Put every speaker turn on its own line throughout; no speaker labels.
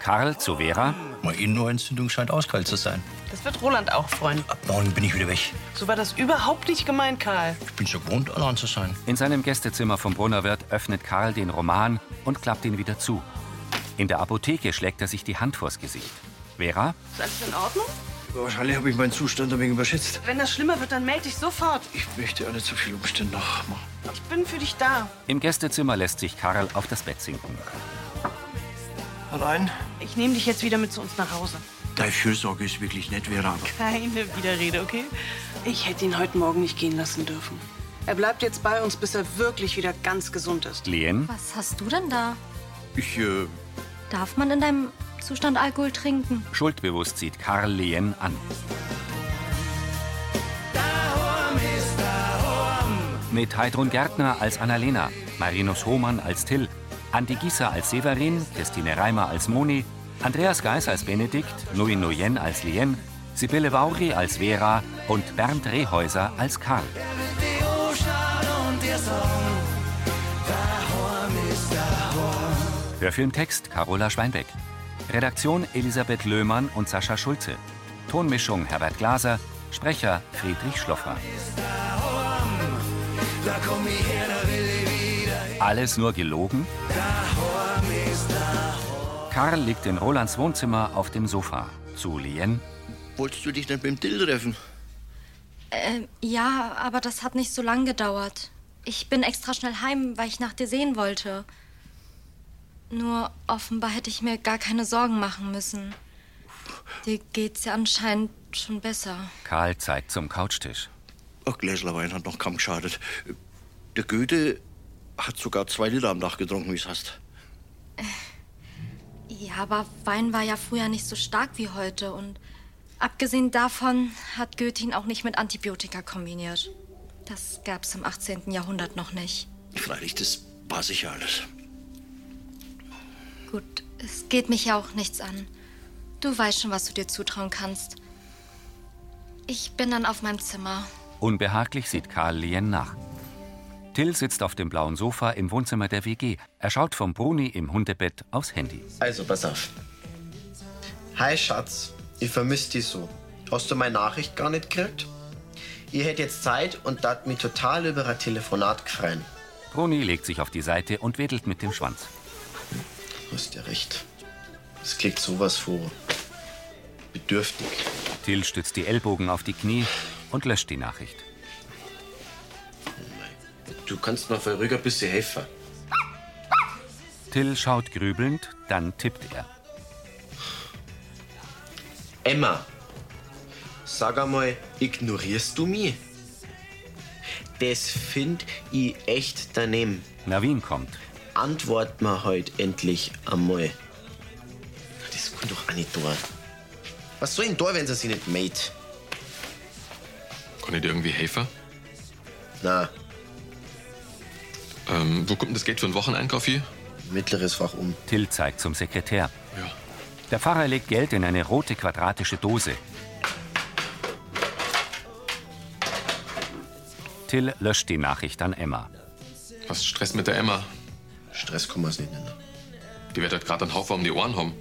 Karl zu Vera.
Meine Innenohrentzündung scheint auskalt zu sein.
Das wird Roland auch freuen.
Ab morgen bin ich wieder weg.
So war das überhaupt nicht gemeint, Karl.
Ich bin so gewohnt, allein zu sein.
In seinem Gästezimmer vom Brunnerwirt öffnet Karl den Roman und klappt ihn wieder zu. In der Apotheke schlägt er sich die Hand vors Gesicht. Vera?
Ist alles in Ordnung?
Wahrscheinlich habe ich meinen Zustand ein wenig überschätzt.
Wenn das schlimmer wird, dann melde dich sofort.
Ich möchte ja nicht zu viel Umstände nachmachen.
Ich bin für dich da.
Im Gästezimmer lässt sich Karl auf das Bett sinken.
Allein?
Ich nehme dich jetzt wieder mit zu uns nach Hause.
Deine Fürsorge ist wirklich nett, Vera. aber
Keine Widerrede, okay? Ich hätte ihn heute Morgen nicht gehen lassen dürfen. Er bleibt jetzt bei uns, bis er wirklich wieder ganz gesund ist.
Lien?
Was hast du denn da?
Ich, äh,
Darf man in deinem Zustand Alkohol trinken?
Schuldbewusst sieht Karl Lien an. Mit Heidrun Gärtner als Annalena, Marinus Hohmann als Till, Andi Gieser als Severin, Christine Reimer als Moni, Andreas Geis als Benedikt, Nui Nguyen als Lien, Sibylle Vauri als Vera und Bernd Rehäuser als Karl. Hörfilmtext Carola Schweinbeck. Redaktion Elisabeth Löhmann und Sascha Schulze. Tonmischung Herbert Glaser. Sprecher Friedrich Schloffer. Alles nur gelogen? Karl liegt in Rolands Wohnzimmer auf dem Sofa. Zu Lien.
wolltest du dich nicht mit dem Till treffen?
Ähm, ja, aber das hat nicht so lang gedauert. Ich bin extra schnell heim, weil ich nach dir sehen wollte. Nur offenbar hätte ich mir gar keine Sorgen machen müssen. Dir geht's ja anscheinend schon besser.
Karl zeigt zum Couchtisch.
Ein Gläsler Wein hat noch kaum geschadet. Der Goethe hat sogar zwei Liter am Tag getrunken, wie es heißt.
Ja, aber Wein war ja früher nicht so stark wie heute und abgesehen davon hat Goethe ihn auch nicht mit Antibiotika kombiniert. Das gab's im 18. Jahrhundert noch nicht.
Freilich, das war sicher alles.
Gut, es geht mich ja auch nichts an. Du weißt schon, was du dir zutrauen kannst. Ich bin dann auf meinem Zimmer.
Unbehaglich sieht Karl Lien nach. Till sitzt auf dem blauen Sofa im Wohnzimmer der WG. Er schaut vom Bruni im Hundebett aufs Handy.
Also, pass auf. Hi, Schatz. Ich vermisse dich so. Hast du meine Nachricht gar nicht gekriegt? Ihr hättet jetzt Zeit und dat mich total über ein Telefonat gefreut.
Bruni legt sich auf die Seite und wedelt mit dem Schwanz.
Hast ja recht. Es klingt sowas vor. Bedürftig.
Till stützt die Ellbogen auf die Knie und löscht die Nachricht.
Du kannst mir voll ruhig ein bisschen helfen.
Till schaut grübelnd, dann tippt er.
Emma, sag einmal, ignorierst du mich? Das find ich echt daneben.
Navin kommt.
Antwort mir heute endlich einmal. Das kann doch auch nicht da. Was soll denn da, wenn sie sich nicht mäht?
Kann ich dir irgendwie helfen?
Na,
Ähm, wo kommt denn das Geld für einen Wocheneinkauf hier?
mittleres Fach um.
Till zeigt zum Sekretär.
Ja.
Der Pfarrer legt Geld in eine rote quadratische Dose. Till löscht die Nachricht an Emma.
Hast Stress mit der Emma.
Stress kann man es nicht nennen.
Die wird halt gerade einen Haufen um die Ohren haben.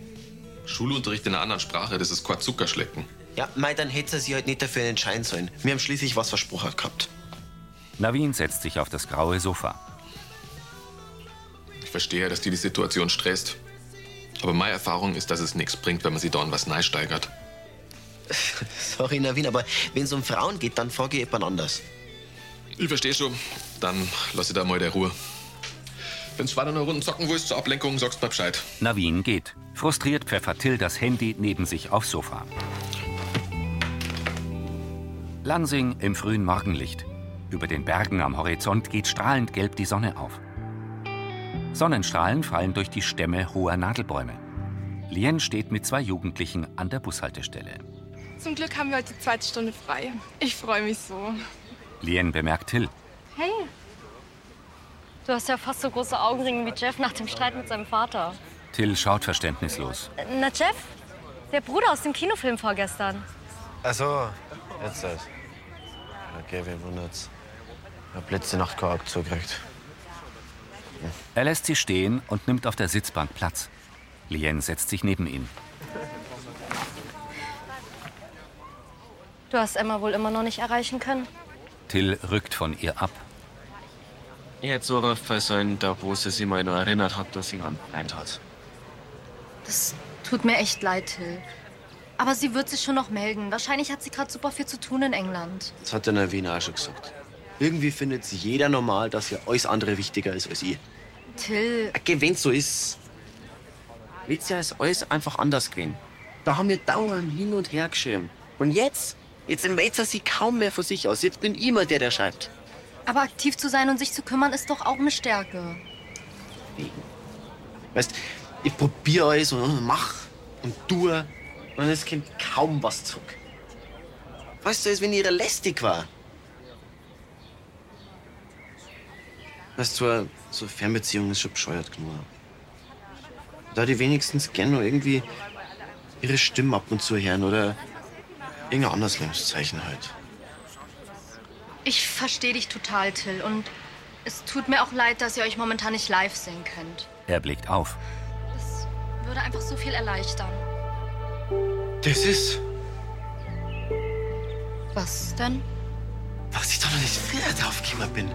Schulunterricht in einer anderen Sprache, das ist kein Zuckerschlecken.
Ja, mei, dann hätte sie halt nicht dafür entscheiden sollen. Wir haben schließlich was versprochen gehabt.
Navin setzt sich auf das graue Sofa.
Ich verstehe ja, dass die die Situation stresst. Aber meine Erfahrung ist, dass es nichts bringt, wenn man sie dauernd was neisteigert.
Sorry, Navin, aber wenn es um Frauen geht, dann frage ich jemand anders.
Ich verstehe schon. Dann lass sie da mal der Ruhe. Wenn's weiter noch Runden zocken willst zur Ablenkung, sagst mir Bescheid.
Navin geht. Frustriert pfeffert Till das Handy neben sich aufs Sofa. Lansing im frühen Morgenlicht. Über den Bergen am Horizont geht strahlend gelb die Sonne auf. Sonnenstrahlen fallen durch die Stämme hoher Nadelbäume. Lien steht mit zwei Jugendlichen an der Bushaltestelle.
Zum Glück haben wir heute die zweite Stunde frei. Ich freue mich so.
Lien bemerkt Till.
Hey. Du hast ja fast so große Augenringe wie Jeff nach dem Streit mit seinem Vater.
Till schaut verständnislos.
Äh, Na, Jeff? Der Bruder aus dem Kinofilm vorgestern.
Achso, jetzt halt. Okay, wer wundert's? Ich hab letzte Nacht keinen Abzug gekriegt.
Er lässt sie stehen und nimmt auf der Sitzbank Platz. Lien setzt sich neben ihn.
Du hast Emma wohl immer noch nicht erreichen können.
Till rückt von ihr ab.
Ich hätte so darauf versäumt, da wo sie sich mal noch erinnert hat, dass sie ihn angeneigt hat.
Das tut mir echt leid, Till. Aber sie wird sich schon noch melden. Wahrscheinlich hat sie gerade super viel zu tun in England.
Das hat der Navina auch schon gesagt. Irgendwie findet sich jeder normal, dass ja alles andere wichtiger ist als ich.
Till,
Okay, wenn's so ist. Letztes Jahr ist alles einfach anders gewesen. Da haben wir dauernd hin und her geschrieben. Und jetzt? Jetzt entwählt sie kaum mehr von sich aus. Jetzt bin ich immer der, der schreibt.
aber aktiv zu sein und sich zu kümmern ist doch auch eine Stärke.
Weißt, ich probiere alles und mach und tue und es kommt kaum was zurück. Weißt du, als wenn ihre lästig war. Weißt du, so eine- so eine Fernbeziehung ist schon bescheuert genug. Da die wenigstens gern noch irgendwie ihre Stimmen ab und zu hören oder irgendein anderes Lebenszeichen halt.
Ich verstehe dich total, Till. Und es tut mir auch leid, dass ihr euch momentan nicht live sehen könnt.
Er blickt auf.
Würde einfach so viel erleichtern.
Das ist,
Was denn?
was ich da noch nicht früher drauf gekommen bin.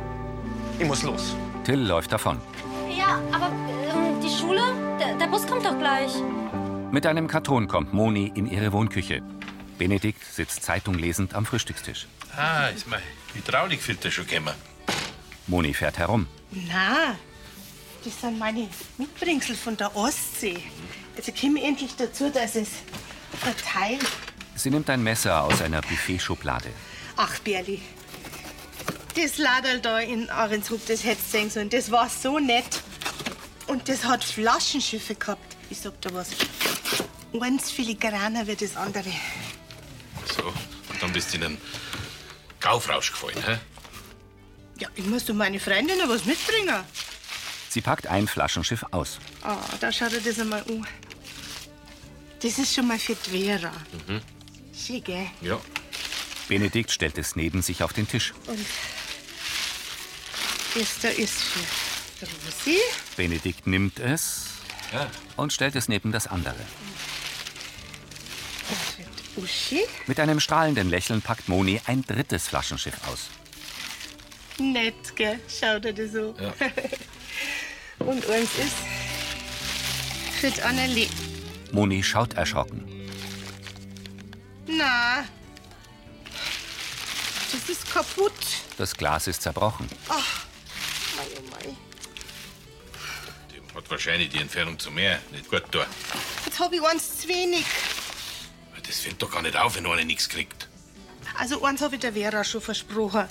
Ich muss los.
Till läuft davon.
Ja, aber ähm, die Schule? Der, der Bus kommt doch gleich.
Mit einem Karton kommt Moni in ihre Wohnküche. Benedikt sitzt Zeitung lesend am Frühstückstisch.
Ah, ist mein Hydraulikfilter schon gekommen.
Moni fährt herum.
Na, das sind meine Mitbringsel von der Ostsee. Jetzt komme ich endlich dazu, dass ich es verteile.
Sie nimmt ein Messer aus einer Buffetschublade.
Ach, Berli, das Laderl da in Ahrenshoop, das hättest du sehen sollen. Das war so nett. Und das hat Flaschenschiffe gehabt. Ich sag dir was. Eins filigraner wie das andere.
So, und dann bist du in einen Kaufrausch gefallen, hä?
Ja, ich muss doch meine Freundin noch was mitbringen.
Sie packt ein Flaschenschiff aus.
Ah, da schau dir das einmal an. Das ist schon mal für die Vera.
Mhm.
Schick, gell?
Ja. Benedikt stellt es neben sich auf den Tisch.
Und das da ist für Rosi.
Benedikt nimmt es und stellt es neben das andere.
Uschi.
Mit einem strahlenden Lächeln packt Moni ein drittes Flaschenschiff aus.
Nett, gell? Schau dir das an.
Ja.
Und eins ist für die Annelie.
Moni schaut erschrocken.
Na, das ist kaputt.
Das Glas ist zerbrochen.
Ach, mei, oh mei.
Hat wahrscheinlich die Entfernung zum Meer nicht gut da.
Jetzt hab ich eins zu wenig.
Das fällt doch gar nicht auf, wenn einer nichts kriegt.
Also eins hab ich der Vera schon versprochen.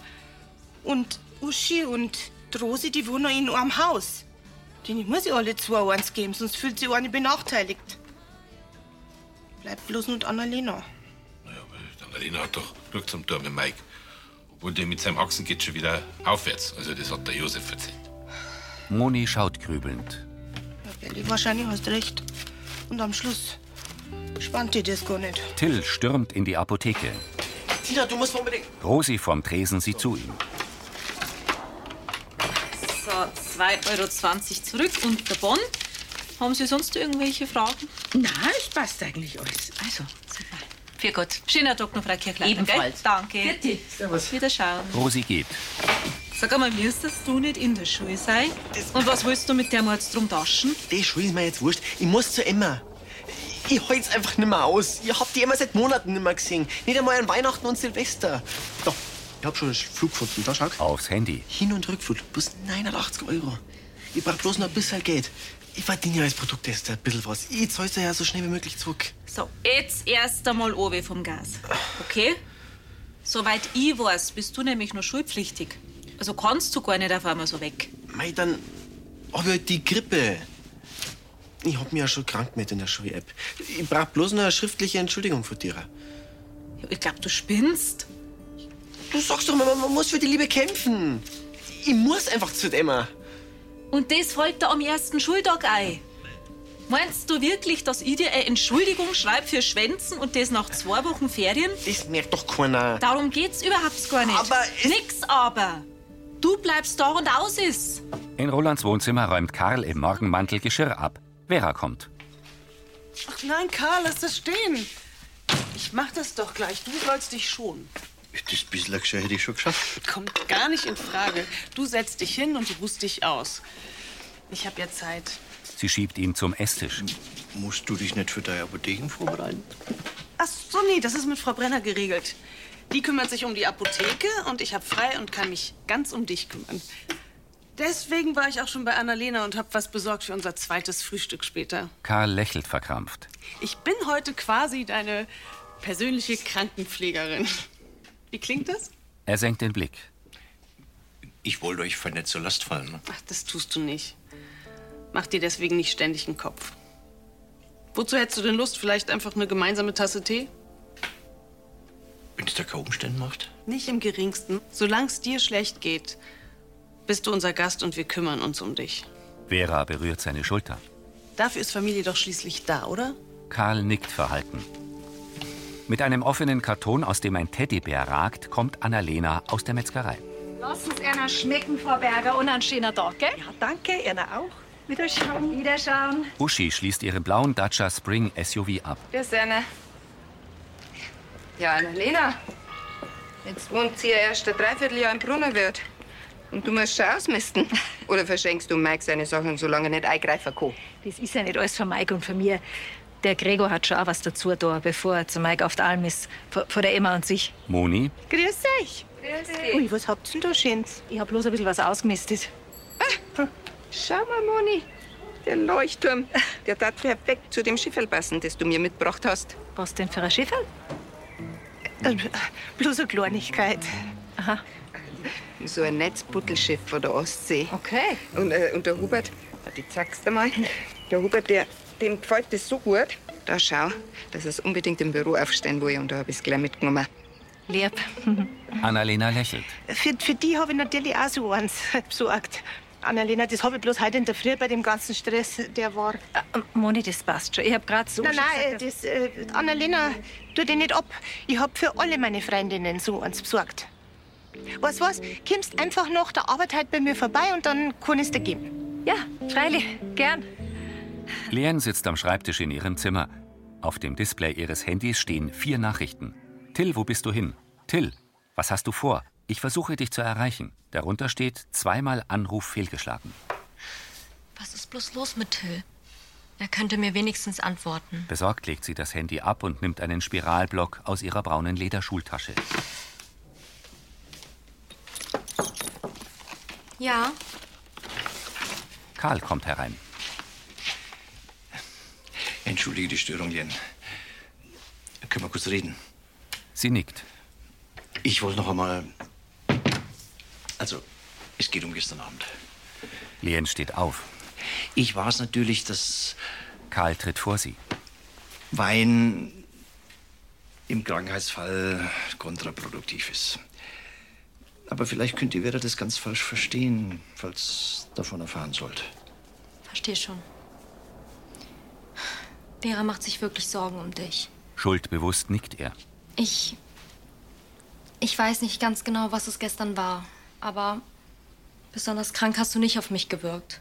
Und Uschi und die Rosi, die wohnen noch in einem Haus. Denen muss ich alle zwei eins geben, sonst fühlt sich eine benachteiligt. Bleibt bloß nur die Annalena.
Dann Alina hat doch Glück zum Tor mit Mike. Obwohl der mit seinem Achsen geht schon wieder aufwärts. Also das hat der Josef erzählt.
Moni schaut grübelnd.
Ja, Berli, wahrscheinlich hast du recht. Und am Schluss spannt dir das gar nicht.
Till stürmt in die Apotheke.
Tina, du musst unbedingt.
Rosi vom Tresen sieht zu ihm.
So, 2,20 Euro zurück und der Bon. Haben Sie sonst irgendwelche Fragen?
Nein, es passt eigentlich alles. Also, super.
Für Gott. Schöner Tag noch, Frau Kirchleitner. Ebenfalls. Gell? Danke. Bitte. Servus. Wiederschauen.
Rosi geht.
Sag einmal, müsstest du nicht in der Schule sein? Und was willst du mit der Mords drum taschen?
Die Schule ist mir jetzt wurscht. Ich muss zu Emma. Ich halt's einfach nicht mehr aus. Ich hab die Emma seit Monaten nicht mehr gesehen. Nicht einmal an Weihnachten und Silvester. Doch, ich hab schon einen Flug gefunden. Da schau.
Aufs Handy.
Hin- und Rückflug. Bloß 89 Euro. Ich brauch bloß noch ein bisschen Geld. Ich verdiene ja als Produkttester ein bisschen was. Ich zahl's dir ja so schnell wie möglich zurück.
So, jetzt erst einmal owe vom Gas. Okay? Soweit ich weiß, bist du nämlich noch schulpflichtig. Also kannst du gar nicht auf einmal so weg.
Mei, dann hab ich halt die Grippe. Ich hab mich ja schon krank mit in der Schule-App. Ich brauch bloß noch eine schriftliche Entschuldigung von dir.
Ich glaub, du spinnst.
Du sagst doch, man, man muss für die Liebe kämpfen. Ich muss einfach zu Emma.
Und das fällt dir am ersten Schultag ein. Meinst du wirklich, dass ich dir eine Entschuldigung schreibe für Schwänzen und das nach zwei Wochen Ferien?
Das merkt doch keiner.
Darum geht's überhaupt gar nicht. Aber Nix aber. Du bleibst da und aus ist.
In Rolands Wohnzimmer räumt Karl im Morgenmantel Geschirr ab. Vera kommt.
Ach nein, Karl, lass das stehen. Ich mach das doch gleich. Du sollst dich schonen.
Das bisschen Geschirr hätte ich schon geschafft.
Kommt gar nicht in Frage. Du setzt dich hin und ruhst dich aus. Ich habe ja Zeit.
Sie schiebt ihn zum Esstisch.
Musst du dich nicht für deine Apotheken vorbereiten?
Ach so, nee, das ist mit Frau Brenner geregelt. Die kümmert sich um die Apotheke und ich habe frei und kann mich ganz um dich kümmern. Deswegen war ich auch schon bei Annalena und habe was besorgt für unser zweites Frühstück später.
Karl lächelt verkrampft.
Ich bin heute quasi deine persönliche Krankenpflegerin. Wie klingt das?
Er senkt den Blick.
Ich wollte euch nicht zur Last fallen. ne?
Ach, das tust du nicht. Mach dir deswegen nicht ständig einen Kopf. Wozu hättest du denn Lust? Vielleicht einfach eine gemeinsame Tasse Tee?
Wenn es da keine Umstände macht.
Nicht im geringsten. Solange es dir schlecht geht, bist du unser Gast und wir kümmern uns um dich.
Vera berührt seine Schulter.
Dafür ist Familie doch schließlich da, oder?
Karl nickt verhalten. Mit einem offenen Karton, aus dem ein Teddybär ragt, kommt Annalena aus der Metzgerei.
Lass uns einer schmecken, Frau Berger, und einen schönen Tag, gell? Ja, danke, einer auch. Wiederschauen. Wiederschauen.
Uschi schließt ihren blauen Dacia Spring SUV ab.
Grüß Anna. Ja, Annalena. Jetzt wohnt sie ja erst ein Dreivierteljahr im Brunnenwirt. Und du musst schon ausmisten. Oder verschenkst du Mike seine Sachen, solange er nicht eingreifen kann?
Das ist ja nicht alles von Mike und von mir. Der Gregor hat schon auch was dazu da, bevor er zu Mike auf der Alm ist. Von, von der Emma und sich.
Moni,
Grüß euch. Grüß dich. Ui, was habt ihr denn da Schönes? Ich hab bloß ein bisschen was ausgemistet.
Schau mal, Moni. Der Leuchtturm, der tat perfekt zu dem Schiffel passen, das du mir mitgebracht hast.
Was denn für ein Schiffel? Äh,
Bloß eine Kleinigkeit. Aha. So ein Netzbuttelschiff von der Ostsee. Okay. Und, äh, und der Hubert, na, die zeigst du mal. Der Hubert, der, dem gefällt das so gut. Da schau, dass es unbedingt im Büro aufstehen will und da hab ich's gleich mitgenommen.
Lieb.
Annalena lächelt.
Für, für die habe ich natürlich auch so eins besorgt. Annalena, das habe ich bloß heute in der Früh bei dem ganzen Stress, der war.
Äh, Moni, das passt schon. Ich hab grad so.
nein,
schon
nein,
gesagt,
das, äh, Annalena, tu den nicht ab. Ich hab für alle meine Freundinnen so eins besorgt. Was was? Kommst einfach nach der Arbeit halt bei mir vorbei und dann kann ich's dir geben.
Ja, freilich, gern.
Leon sitzt am Schreibtisch in ihrem Zimmer. Auf dem Display ihres Handys stehen vier Nachrichten. Till, wo bist du hin? Till, was hast du vor? Ich versuche dich zu erreichen. Darunter steht zweimal Anruf fehlgeschlagen.
Was ist bloß los mit Till? Er könnte mir wenigstens antworten.
Besorgt legt sie das Handy ab und nimmt einen Spiralblock aus ihrer braunen Lederschultasche.
Ja,
Karl kommt herein.
Entschuldige die Störung, Jen. Können wir kurz reden?
Sie nickt.
Ich wollte noch einmal. Also, es geht um gestern Abend.
Lien steht auf.
Ich war es natürlich, dass
Karl tritt vor sie.
Wein im Krankheitsfall kontraproduktiv ist. Aber vielleicht könnt ihr Vera das ganz falsch verstehen, falls davon erfahren sollt.
verstehe schon. Vera macht sich wirklich Sorgen um dich.
Schuldbewusst nickt er.
Ich. Ich weiß nicht ganz genau, was es gestern war, aber besonders krank hast du nicht auf mich gewirkt.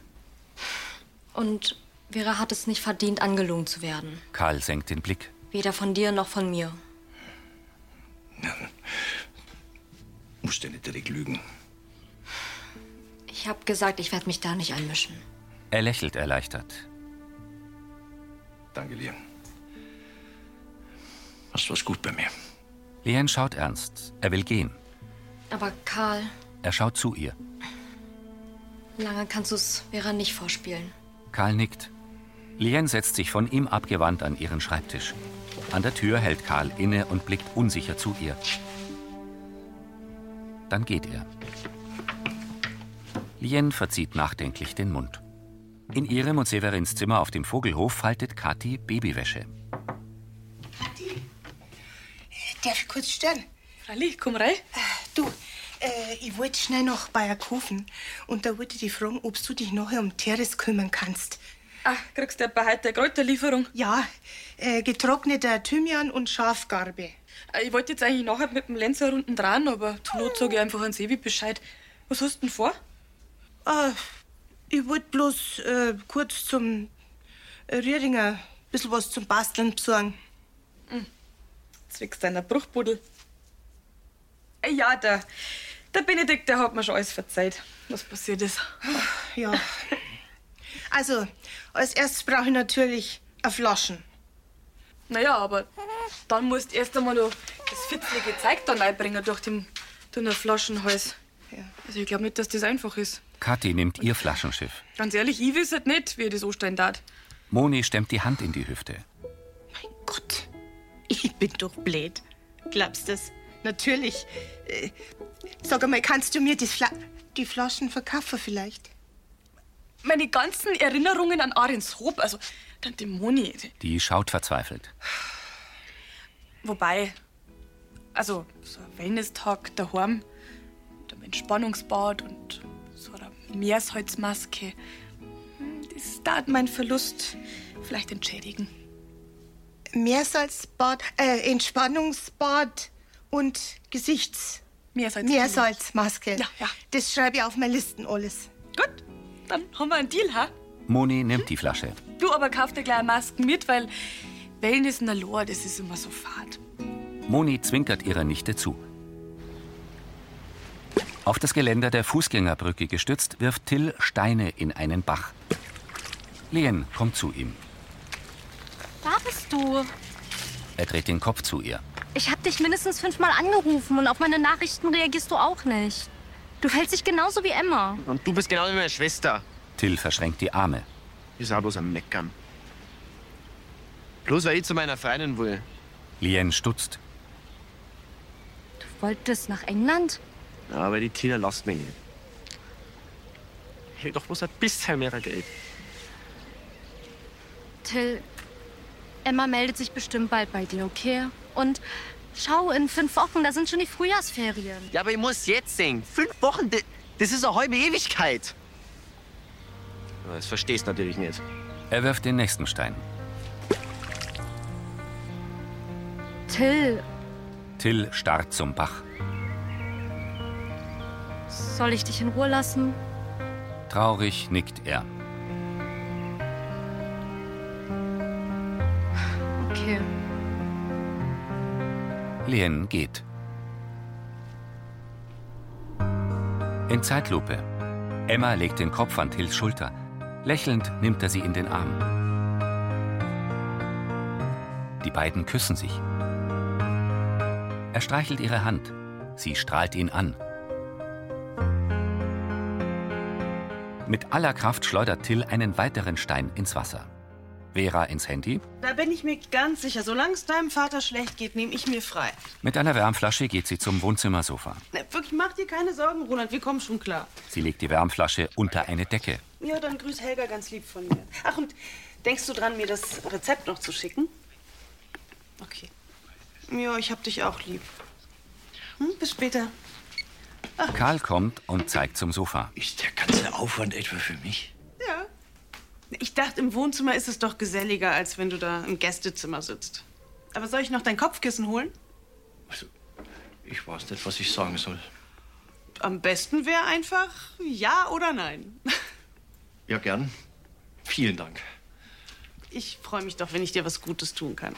Und Vera hat es nicht verdient, angelogen zu werden.
Karl senkt den Blick.
Weder von dir noch von mir.
Musst ihr nicht direkt lügen.
Ich habe gesagt, ich werde mich da nicht einmischen.
Er lächelt erleichtert.
Danke, Liam. Hast was gut bei mir.
Lien schaut ernst. Er will gehen.
Aber Karl,
Er schaut zu ihr.
lange kannst du es Vera nicht vorspielen.
Karl nickt. Lien setzt sich von ihm abgewandt an ihren Schreibtisch. An der Tür hält Karl inne und blickt unsicher zu ihr. Dann geht er. Lien verzieht nachdenklich den Mund. In ihrem und Severins Zimmer auf dem Vogelhof faltet Kathi Babywäsche.
Darf ich kurz stören? Freilich, komm rein. Du, äh, ich wollte schnell nach Bayerkofen. Und da wollte ich dich fragen, ob du dich nachher um Teres kümmern kannst.
Ah,
Ach, kriegst du bei heute Kräuterlieferung? Ja, äh, getrockneter Thymian und Schafgarbe.
Äh, Ich wollte jetzt eigentlich nachher mit dem Lenzer unten dran, aber zur Not sage ich einfach an Sevi Bescheid. Was hast du denn vor?
Ah, ich wollte bloß äh, kurz zum Rühringer bisschen was zum Basteln besorgen.
Zwicks deiner Bruchbudel. Äh, Ja, der, der Benedikt, der hat mir schon alles verzeiht, was passiert ist.
Ja. Also, als erstes brauche ich natürlich eine Flaschen.
Naja, aber dann musst du erst einmal noch das fitzlige Zeug da reinbringen durch den, durch den Flaschenhals. Also ich glaube nicht, dass das einfach ist.
Kathi nimmt ihr Flaschenschiff.
Ganz ehrlich, ich wüsste nicht, wie ich das anstellen darf.
Moni stemmt die Hand in die Hüfte.
Ich bin doch blöd. Glaubst du das? Natürlich. Äh, Sag einmal, kannst du mir die, Fla die Flaschen verkaufen vielleicht?
Meine ganzen Erinnerungen an Arins Hob, also Tante Moni.
Die schaut verzweifelt.
Wobei, also so ein Wellness-Tag daheim, mit einem Entspannungsbad und so einer Meersholzmaske, hm, das darf mein Verlust vielleicht entschädigen.
Meersalzbad, äh, Entspannungsbad und Gesichts...
Meersalz.
Meersalzmaske. Ja, ja. Das schreibe ich auf meine Listen alles.
Gut, dann haben wir einen Deal, ha?
Moni nimmt die Flasche.
Du aber kauf dir gleich Masken mit, weil Wellness in der Lohr, das ist immer so fad.
Moni zwinkert ihrer Nichte zu. Auf das Geländer der Fußgängerbrücke gestützt, wirft Till Steine in einen Bach. Lien kommt zu ihm.
Da bist du.
Er dreht den Kopf zu ihr.
Ich hab dich mindestens fünfmal angerufen und auf meine Nachrichten reagierst du auch nicht. Du verhältst dich genauso wie Emma.
Und du bist genau wie meine Schwester.
Till verschränkt die Arme.
Ist auch bloß am Meckern. Bloß weil ich zu meiner Freundin will.
Lien stutzt.
Du wolltest nach England?
Ja, aber die Tina lasst mich nicht. Ich will doch bloß ein bisschen mehr Geld.
Till, Emma meldet sich bestimmt bald bei dir, okay? Und schau, in fünf Wochen, da sind schon die Frühjahrsferien.
Ja, aber ich muss jetzt singen. Fünf Wochen, d- das ist eine halbe Ewigkeit.
Das verstehst du natürlich nicht.
Er wirft den nächsten Stein.
Till,
Till starrt zum Bach.
soll ich dich in Ruhe lassen?
Traurig nickt er.
Okay.
Lien geht. In Zeitlupe. Emma legt den Kopf an Tills Schulter. Lächelnd nimmt er sie in den Arm. Die beiden küssen sich. Er streichelt ihre Hand. Sie strahlt ihn an. Mit aller Kraft schleudert Till einen weiteren Stein ins Wasser. Vera ins Handy.
Da bin ich mir ganz sicher, solange es deinem Vater schlecht geht, nehme ich mir frei.
Mit einer Wärmflasche geht sie zum Wohnzimmersofa.
Na, wirklich, mach dir keine Sorgen, Roland, wir kommen schon klar.
Sie legt die Wärmflasche unter eine Decke.
Ja, dann grüß Helga ganz lieb von mir. Ach, und denkst du dran, mir das Rezept noch zu schicken? Okay. Ja, ich hab dich auch lieb. Hm, bis später.
Karl kommt und zeigt zum Sofa.
Ganzer Aufwand etwa für mich?
Ja. Ich dachte, im Wohnzimmer ist es doch geselliger, als wenn du da im Gästezimmer sitzt. Aber soll ich noch dein Kopfkissen holen?
Ich weiß nicht, was ich sagen soll.
Am besten wäre einfach ja oder nein.
Ja, gern. Vielen Dank.
Ich freue mich doch, wenn ich dir was Gutes tun kann.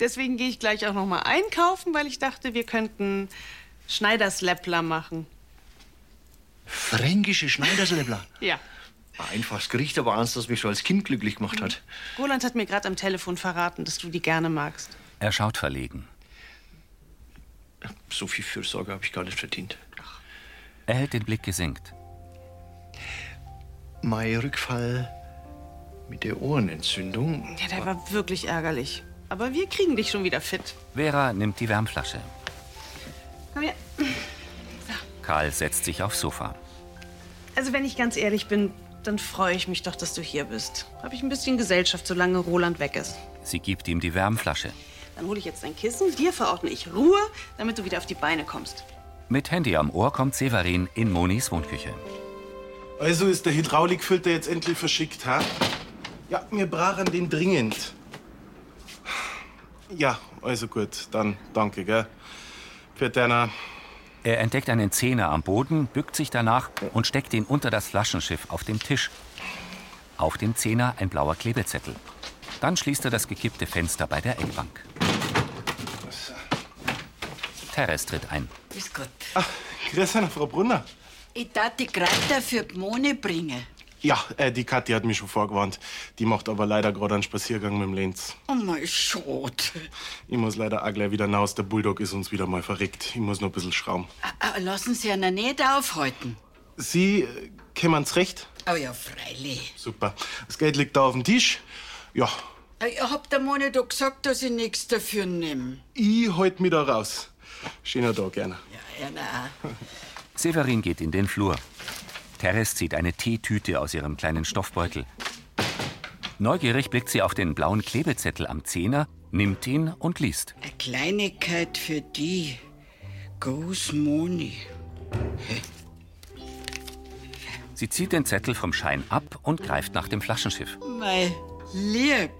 Deswegen gehe ich gleich auch noch mal einkaufen, weil ich dachte, wir könnten Schneidersläppler machen.
Fränkische Schneiderslebler.
Ja.
Ein einfaches Gericht, aber eins, das mich schon als Kind glücklich gemacht hat.
Roland hat mir gerade am Telefon verraten, dass du die gerne magst.
Er schaut verlegen.
So viel Fürsorge habe ich gar nicht verdient.
Er hält den Blick gesenkt.
Mein Rückfall mit der Ohrenentzündung.
Ja, der war wirklich ärgerlich. Aber wir kriegen dich schon wieder fit.
Vera nimmt die Wärmflasche.
Komm her.
Karl setzt sich aufs Sofa.
Also, wenn ich ganz ehrlich bin, dann freue ich mich doch, dass du hier bist. Habe ich ein bisschen Gesellschaft, solange Roland weg ist.
Sie gibt ihm die Wärmflasche.
Dann hole ich jetzt dein Kissen. Dir verordne ich Ruhe, damit du wieder auf die Beine kommst.
Mit Handy am Ohr kommt Severin in Monis Wohnküche.
Also ist der Hydraulikfilter jetzt endlich verschickt, ha? Ja, wir brauchen den dringend. Ja, also gut, dann danke, gell? Für deiner.
Er entdeckt einen Zehner am Boden, bückt sich danach und steckt ihn unter das Flaschenschiff auf dem Tisch. Auf dem Zehner ein blauer Klebezettel. Dann schließt er das gekippte Fenster bei der Eckbank. Teres tritt ein.
Grüß Gott.
Ach, grüß Anna, Frau Brunner.
Ich darf die Kräuter für die Mone bringen.
Ja, äh, die Kathi hat mich schon vorgewarnt. Die macht aber leider gerade einen Spaziergang mit dem Lenz.
Oh mein Schott.
Ich muss leider auch gleich wieder raus. Der Bulldog ist uns wieder mal verrückt. Ich muss noch ein bisschen schrauben.
Ah, Lassen Sie einen nicht aufhalten.
Sie äh, kämmen's recht?
Oh ja, freilich.
Super. Das Geld liegt da auf dem Tisch. Ja,
Äh, Ich hab der Mone doch gesagt, dass ich nichts dafür nehme.
ich halt mich da raus. Schöner Tag, gerne.
Ja, na.
Severin geht in den Flur. Teres zieht eine Teetüte aus ihrem kleinen Stoffbeutel. Neugierig blickt sie auf den blauen Klebezettel am Zehner, nimmt ihn und liest.
Eine Kleinigkeit für die. Großmoni.
Sie zieht den Zettel vom Schein ab und greift nach dem Flaschenschiff.
Mein Lieb.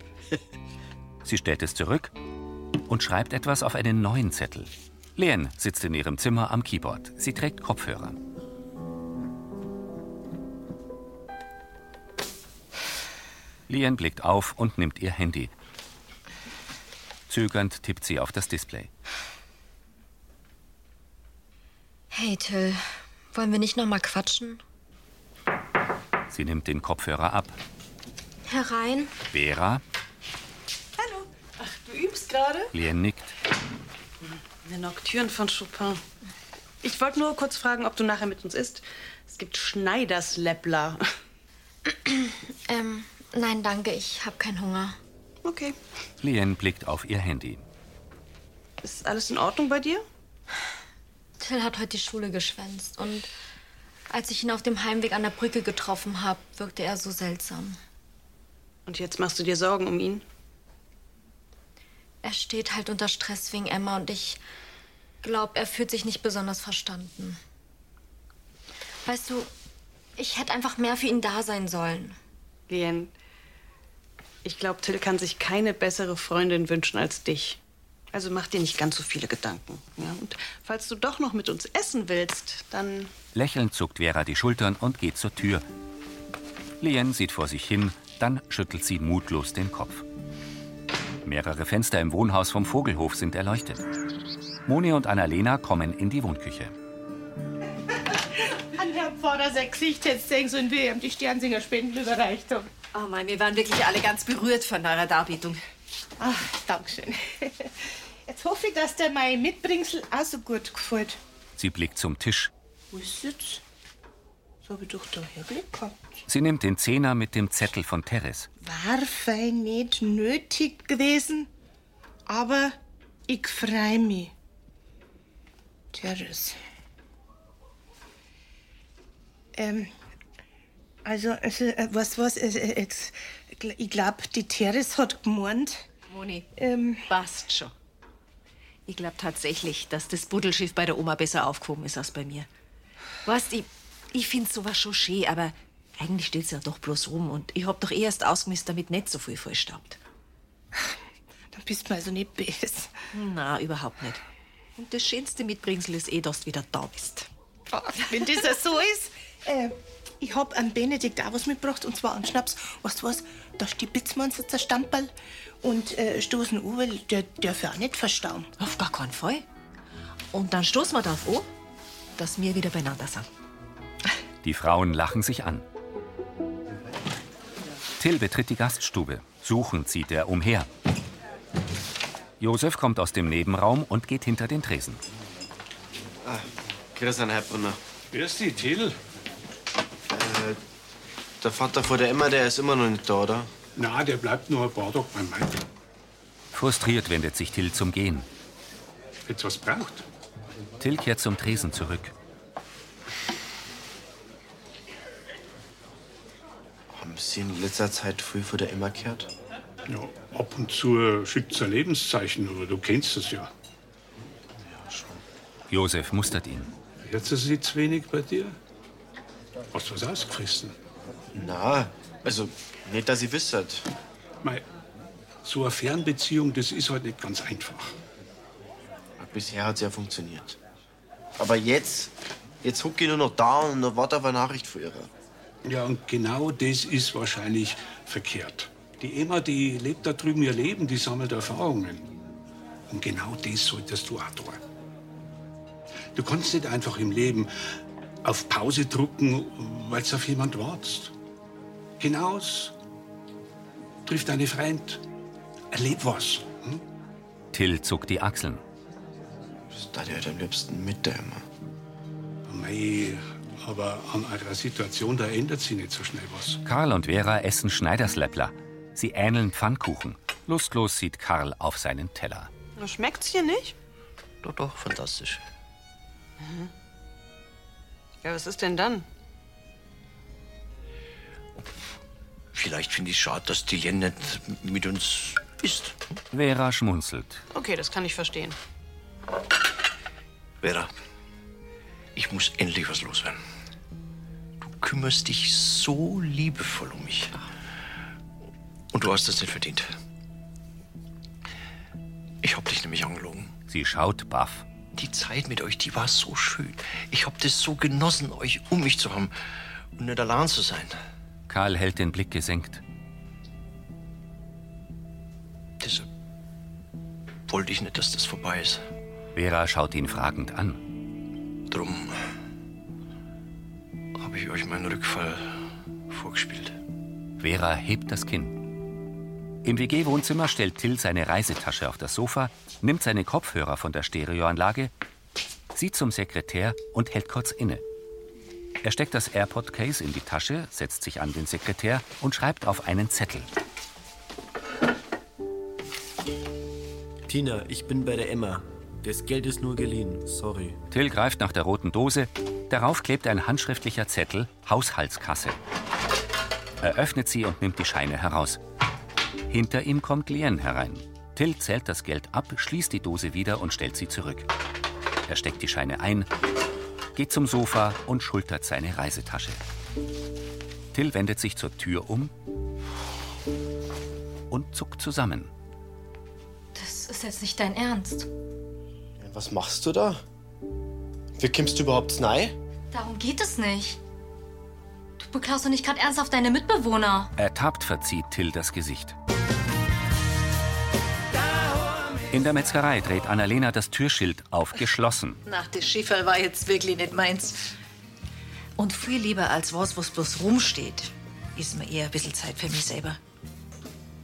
Sie stellt es zurück und schreibt etwas auf einen neuen Zettel. Lien sitzt in ihrem Zimmer am Keyboard. Sie trägt Kopfhörer. Lien blickt auf und nimmt ihr Handy. Zögernd tippt sie auf das Display.
Hey Till, wollen wir nicht noch mal quatschen?
Sie nimmt den Kopfhörer ab.
Herein?
Vera,
Ach, du übst gerade?
Lien nickt.
Eine Nocturne von Chopin. Ich wollte nur kurz fragen, ob du nachher mit uns isst. Es gibt Schneiders Läppler.
Ähm, nein, danke, ich habe keinen Hunger.
Okay.
Lien blickt auf ihr Handy.
Ist alles in Ordnung bei dir?
Till hat heute die Schule geschwänzt und als ich ihn auf dem Heimweg an der Brücke getroffen habe, wirkte er so seltsam.
Und jetzt machst du dir Sorgen um ihn?
Er steht halt unter Stress wegen Emma und ich glaube, er fühlt sich nicht besonders verstanden. Weißt du, ich hätte einfach mehr für ihn da sein sollen.
Lien, ich glaube, Till kann sich keine bessere Freundin wünschen als dich. Also mach dir nicht ganz so viele Gedanken. Ja? Und falls du doch noch mit uns essen willst, dann
Lächelnd zuckt Vera die Schultern und geht zur Tür. Lien sieht vor sich hin, dann schüttelt sie mutlos den Kopf. Mehrere Fenster im Wohnhaus vom Vogelhof sind erleuchtet. Moni und Annalena kommen in die Wohnküche.
An Herrn Pfarrer sein Gesicht jetzt sehen sollen, wie ihm die Sternsinger Spenden überreicht haben.
Oh Mann, wir waren wirklich alle ganz berührt von eurer Darbietung.
Ach, Dankeschön. Jetzt hoffe ich, dass dir mein Mitbringsel auch so gut gefällt.
Sie blickt zum Tisch.
Wo ist jetzt? So habe ich doch da hergelegt gehabt.
Sie nimmt den Zehner mit dem Zettel von Teres.
War fein nicht nötig gewesen, aber ich freu mich. Therese. Ähm, also, also äh, was, was, äh, äh, jetzt, gl- ich glaube, die Therese hat gemeint.
Moni,
Ähm.
passt schon. Ich glaube tatsächlich, dass das Buddelschiff bei der Oma besser aufgehoben ist als bei mir. Weißt, ich, ich finde sowas schon schön, aber eigentlich steht's ja doch bloß rum und ich hab doch eh erst ausgemisst, damit nicht so viel vollstaubt.
Dann bist du also nicht böse.
Na, überhaupt nicht. Und das schönste Mitbringsel ist eh, dass du wieder da bist.
Wenn das so ist. Äh, ich hab an Benedikt auch was mitgebracht, und zwar an Schnaps. Weißt du was? Da stibitzen wir uns jetzt ein Stamperl und äh, stoßen an, weil der darf ja auch nicht verstauen.
Auf gar keinen Fall. Und dann stoßen wir darauf an, dass wir wieder beieinander sind.
Die Frauen lachen sich an. Till betritt die Gaststube. Suchend zieht er umher. Josef kommt aus dem Nebenraum und geht hinter den Tresen.
Ah, Grüß an, Herr Brunner.
Grüß dich, Till.
Äh, der Vater vor der Emma, der ist immer noch nicht da, oder?
Na, der bleibt nur ein paar Tage bei mir.
Frustriert wendet sich Till zum Gehen.
Jetzt was braucht.
Till kehrt zum Tresen zurück.
Haben Sie in letzter Zeit früh vor der Emma gehört?
Ja, ab und zu schickt sie ein Lebenszeichen, aber du kennst das ja.
Josef mustert ihn.
Jetzt ist sie zu wenig bei dir. Hast du was ausgefressen?
Na, also nicht, dass ihr wisset.
Mei, so eine Fernbeziehung, das ist halt nicht ganz einfach.
Bisher hat es ja funktioniert. Aber jetzt, jetzt huck ich nur noch da und noch warte auf eine Nachricht von ihrer.
Ja, und genau das ist wahrscheinlich verkehrt. Die Emma, die lebt da drüben ihr Leben, die sammelt Erfahrungen. Und genau das solltest du auch tun. Du kannst nicht einfach im Leben auf Pause drucken, weil du auf jemand wartest. Hinaus, triff deine Freund, erleb was.
Till zuckt die Achseln.
Da die halt am liebsten mit der Emma.
Mei, aber an eurer Situation, da ändert sich nicht so schnell was.
Karl und Vera essen Schneidersläppler. Sie ähneln Pfannkuchen. Lustlos sieht Karl auf seinen Teller.
Schmeckt's hier nicht?
Doch, doch, fantastisch.
Mhm. Ja, was ist denn dann?
Vielleicht finde ich schade, dass die Jen nicht mit uns ist.
Vera schmunzelt.
Okay, das kann ich verstehen.
Vera, ich muss endlich was loswerden. Du kümmerst dich so liebevoll um mich. Und du hast das nicht verdient. Ich hab dich nämlich angelogen.
Sie schaut baff.
Die Zeit mit euch, die war so schön. Ich hab das so genossen, euch um mich zu haben und nicht allein zu sein.
Karl hält den Blick gesenkt.
Deshalb wollte ich nicht, dass das vorbei ist.
Vera schaut ihn fragend an.
Drum habe ich euch meinen Rückfall vorgespielt.
Vera hebt das Kinn. Im WG-Wohnzimmer stellt Till seine Reisetasche auf das Sofa, nimmt seine Kopfhörer von der Stereoanlage, sieht zum Sekretär und hält kurz inne. Er steckt das AirPod-Case in die Tasche, setzt sich an den Sekretär und schreibt auf einen Zettel.
Tina, ich bin bei der Emma. Das Geld ist nur geliehen. Sorry.
Till greift nach der roten Dose. Darauf klebt ein handschriftlicher Zettel Haushaltskasse. Er öffnet sie und nimmt die Scheine heraus. Hinter ihm kommt Lien herein. Till zählt das Geld ab, schließt die Dose wieder und stellt sie zurück. Er steckt die Scheine ein, geht zum Sofa und schultert seine Reisetasche. Till wendet sich zur Tür um und zuckt zusammen.
Das ist jetzt nicht dein Ernst.
Was machst du da? Wie kommst du überhaupt rein?
Darum geht es nicht. Du beklaust doch nicht gerade ernsthaft deine Mitbewohner.
Ertappt verzieht Till das Gesicht. In der Metzgerei dreht Annalena das Türschild auf geschlossen.
Nach das Schieferl war jetzt wirklich nicht meins. Und viel lieber als was, was bloß rumsteht, ist mir eher ein bisschen Zeit für mich selber.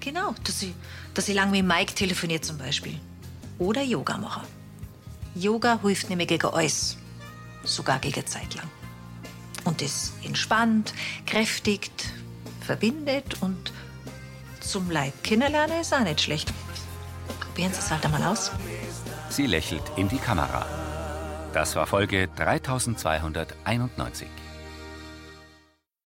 Genau, dass ich, dass ich lang mit Mike telefoniere zum Beispiel. Oder Yoga mache. Yoga hilft nämlich gegen alles. Sogar gegen Zeit lang. Und das entspannt, kräftigt, verbindet und zum Leib kennenlernen ist auch nicht schlecht. Probieren Sie es halt einmal aus.
Sie lächelt in die Kamera. Das war Folge 3291.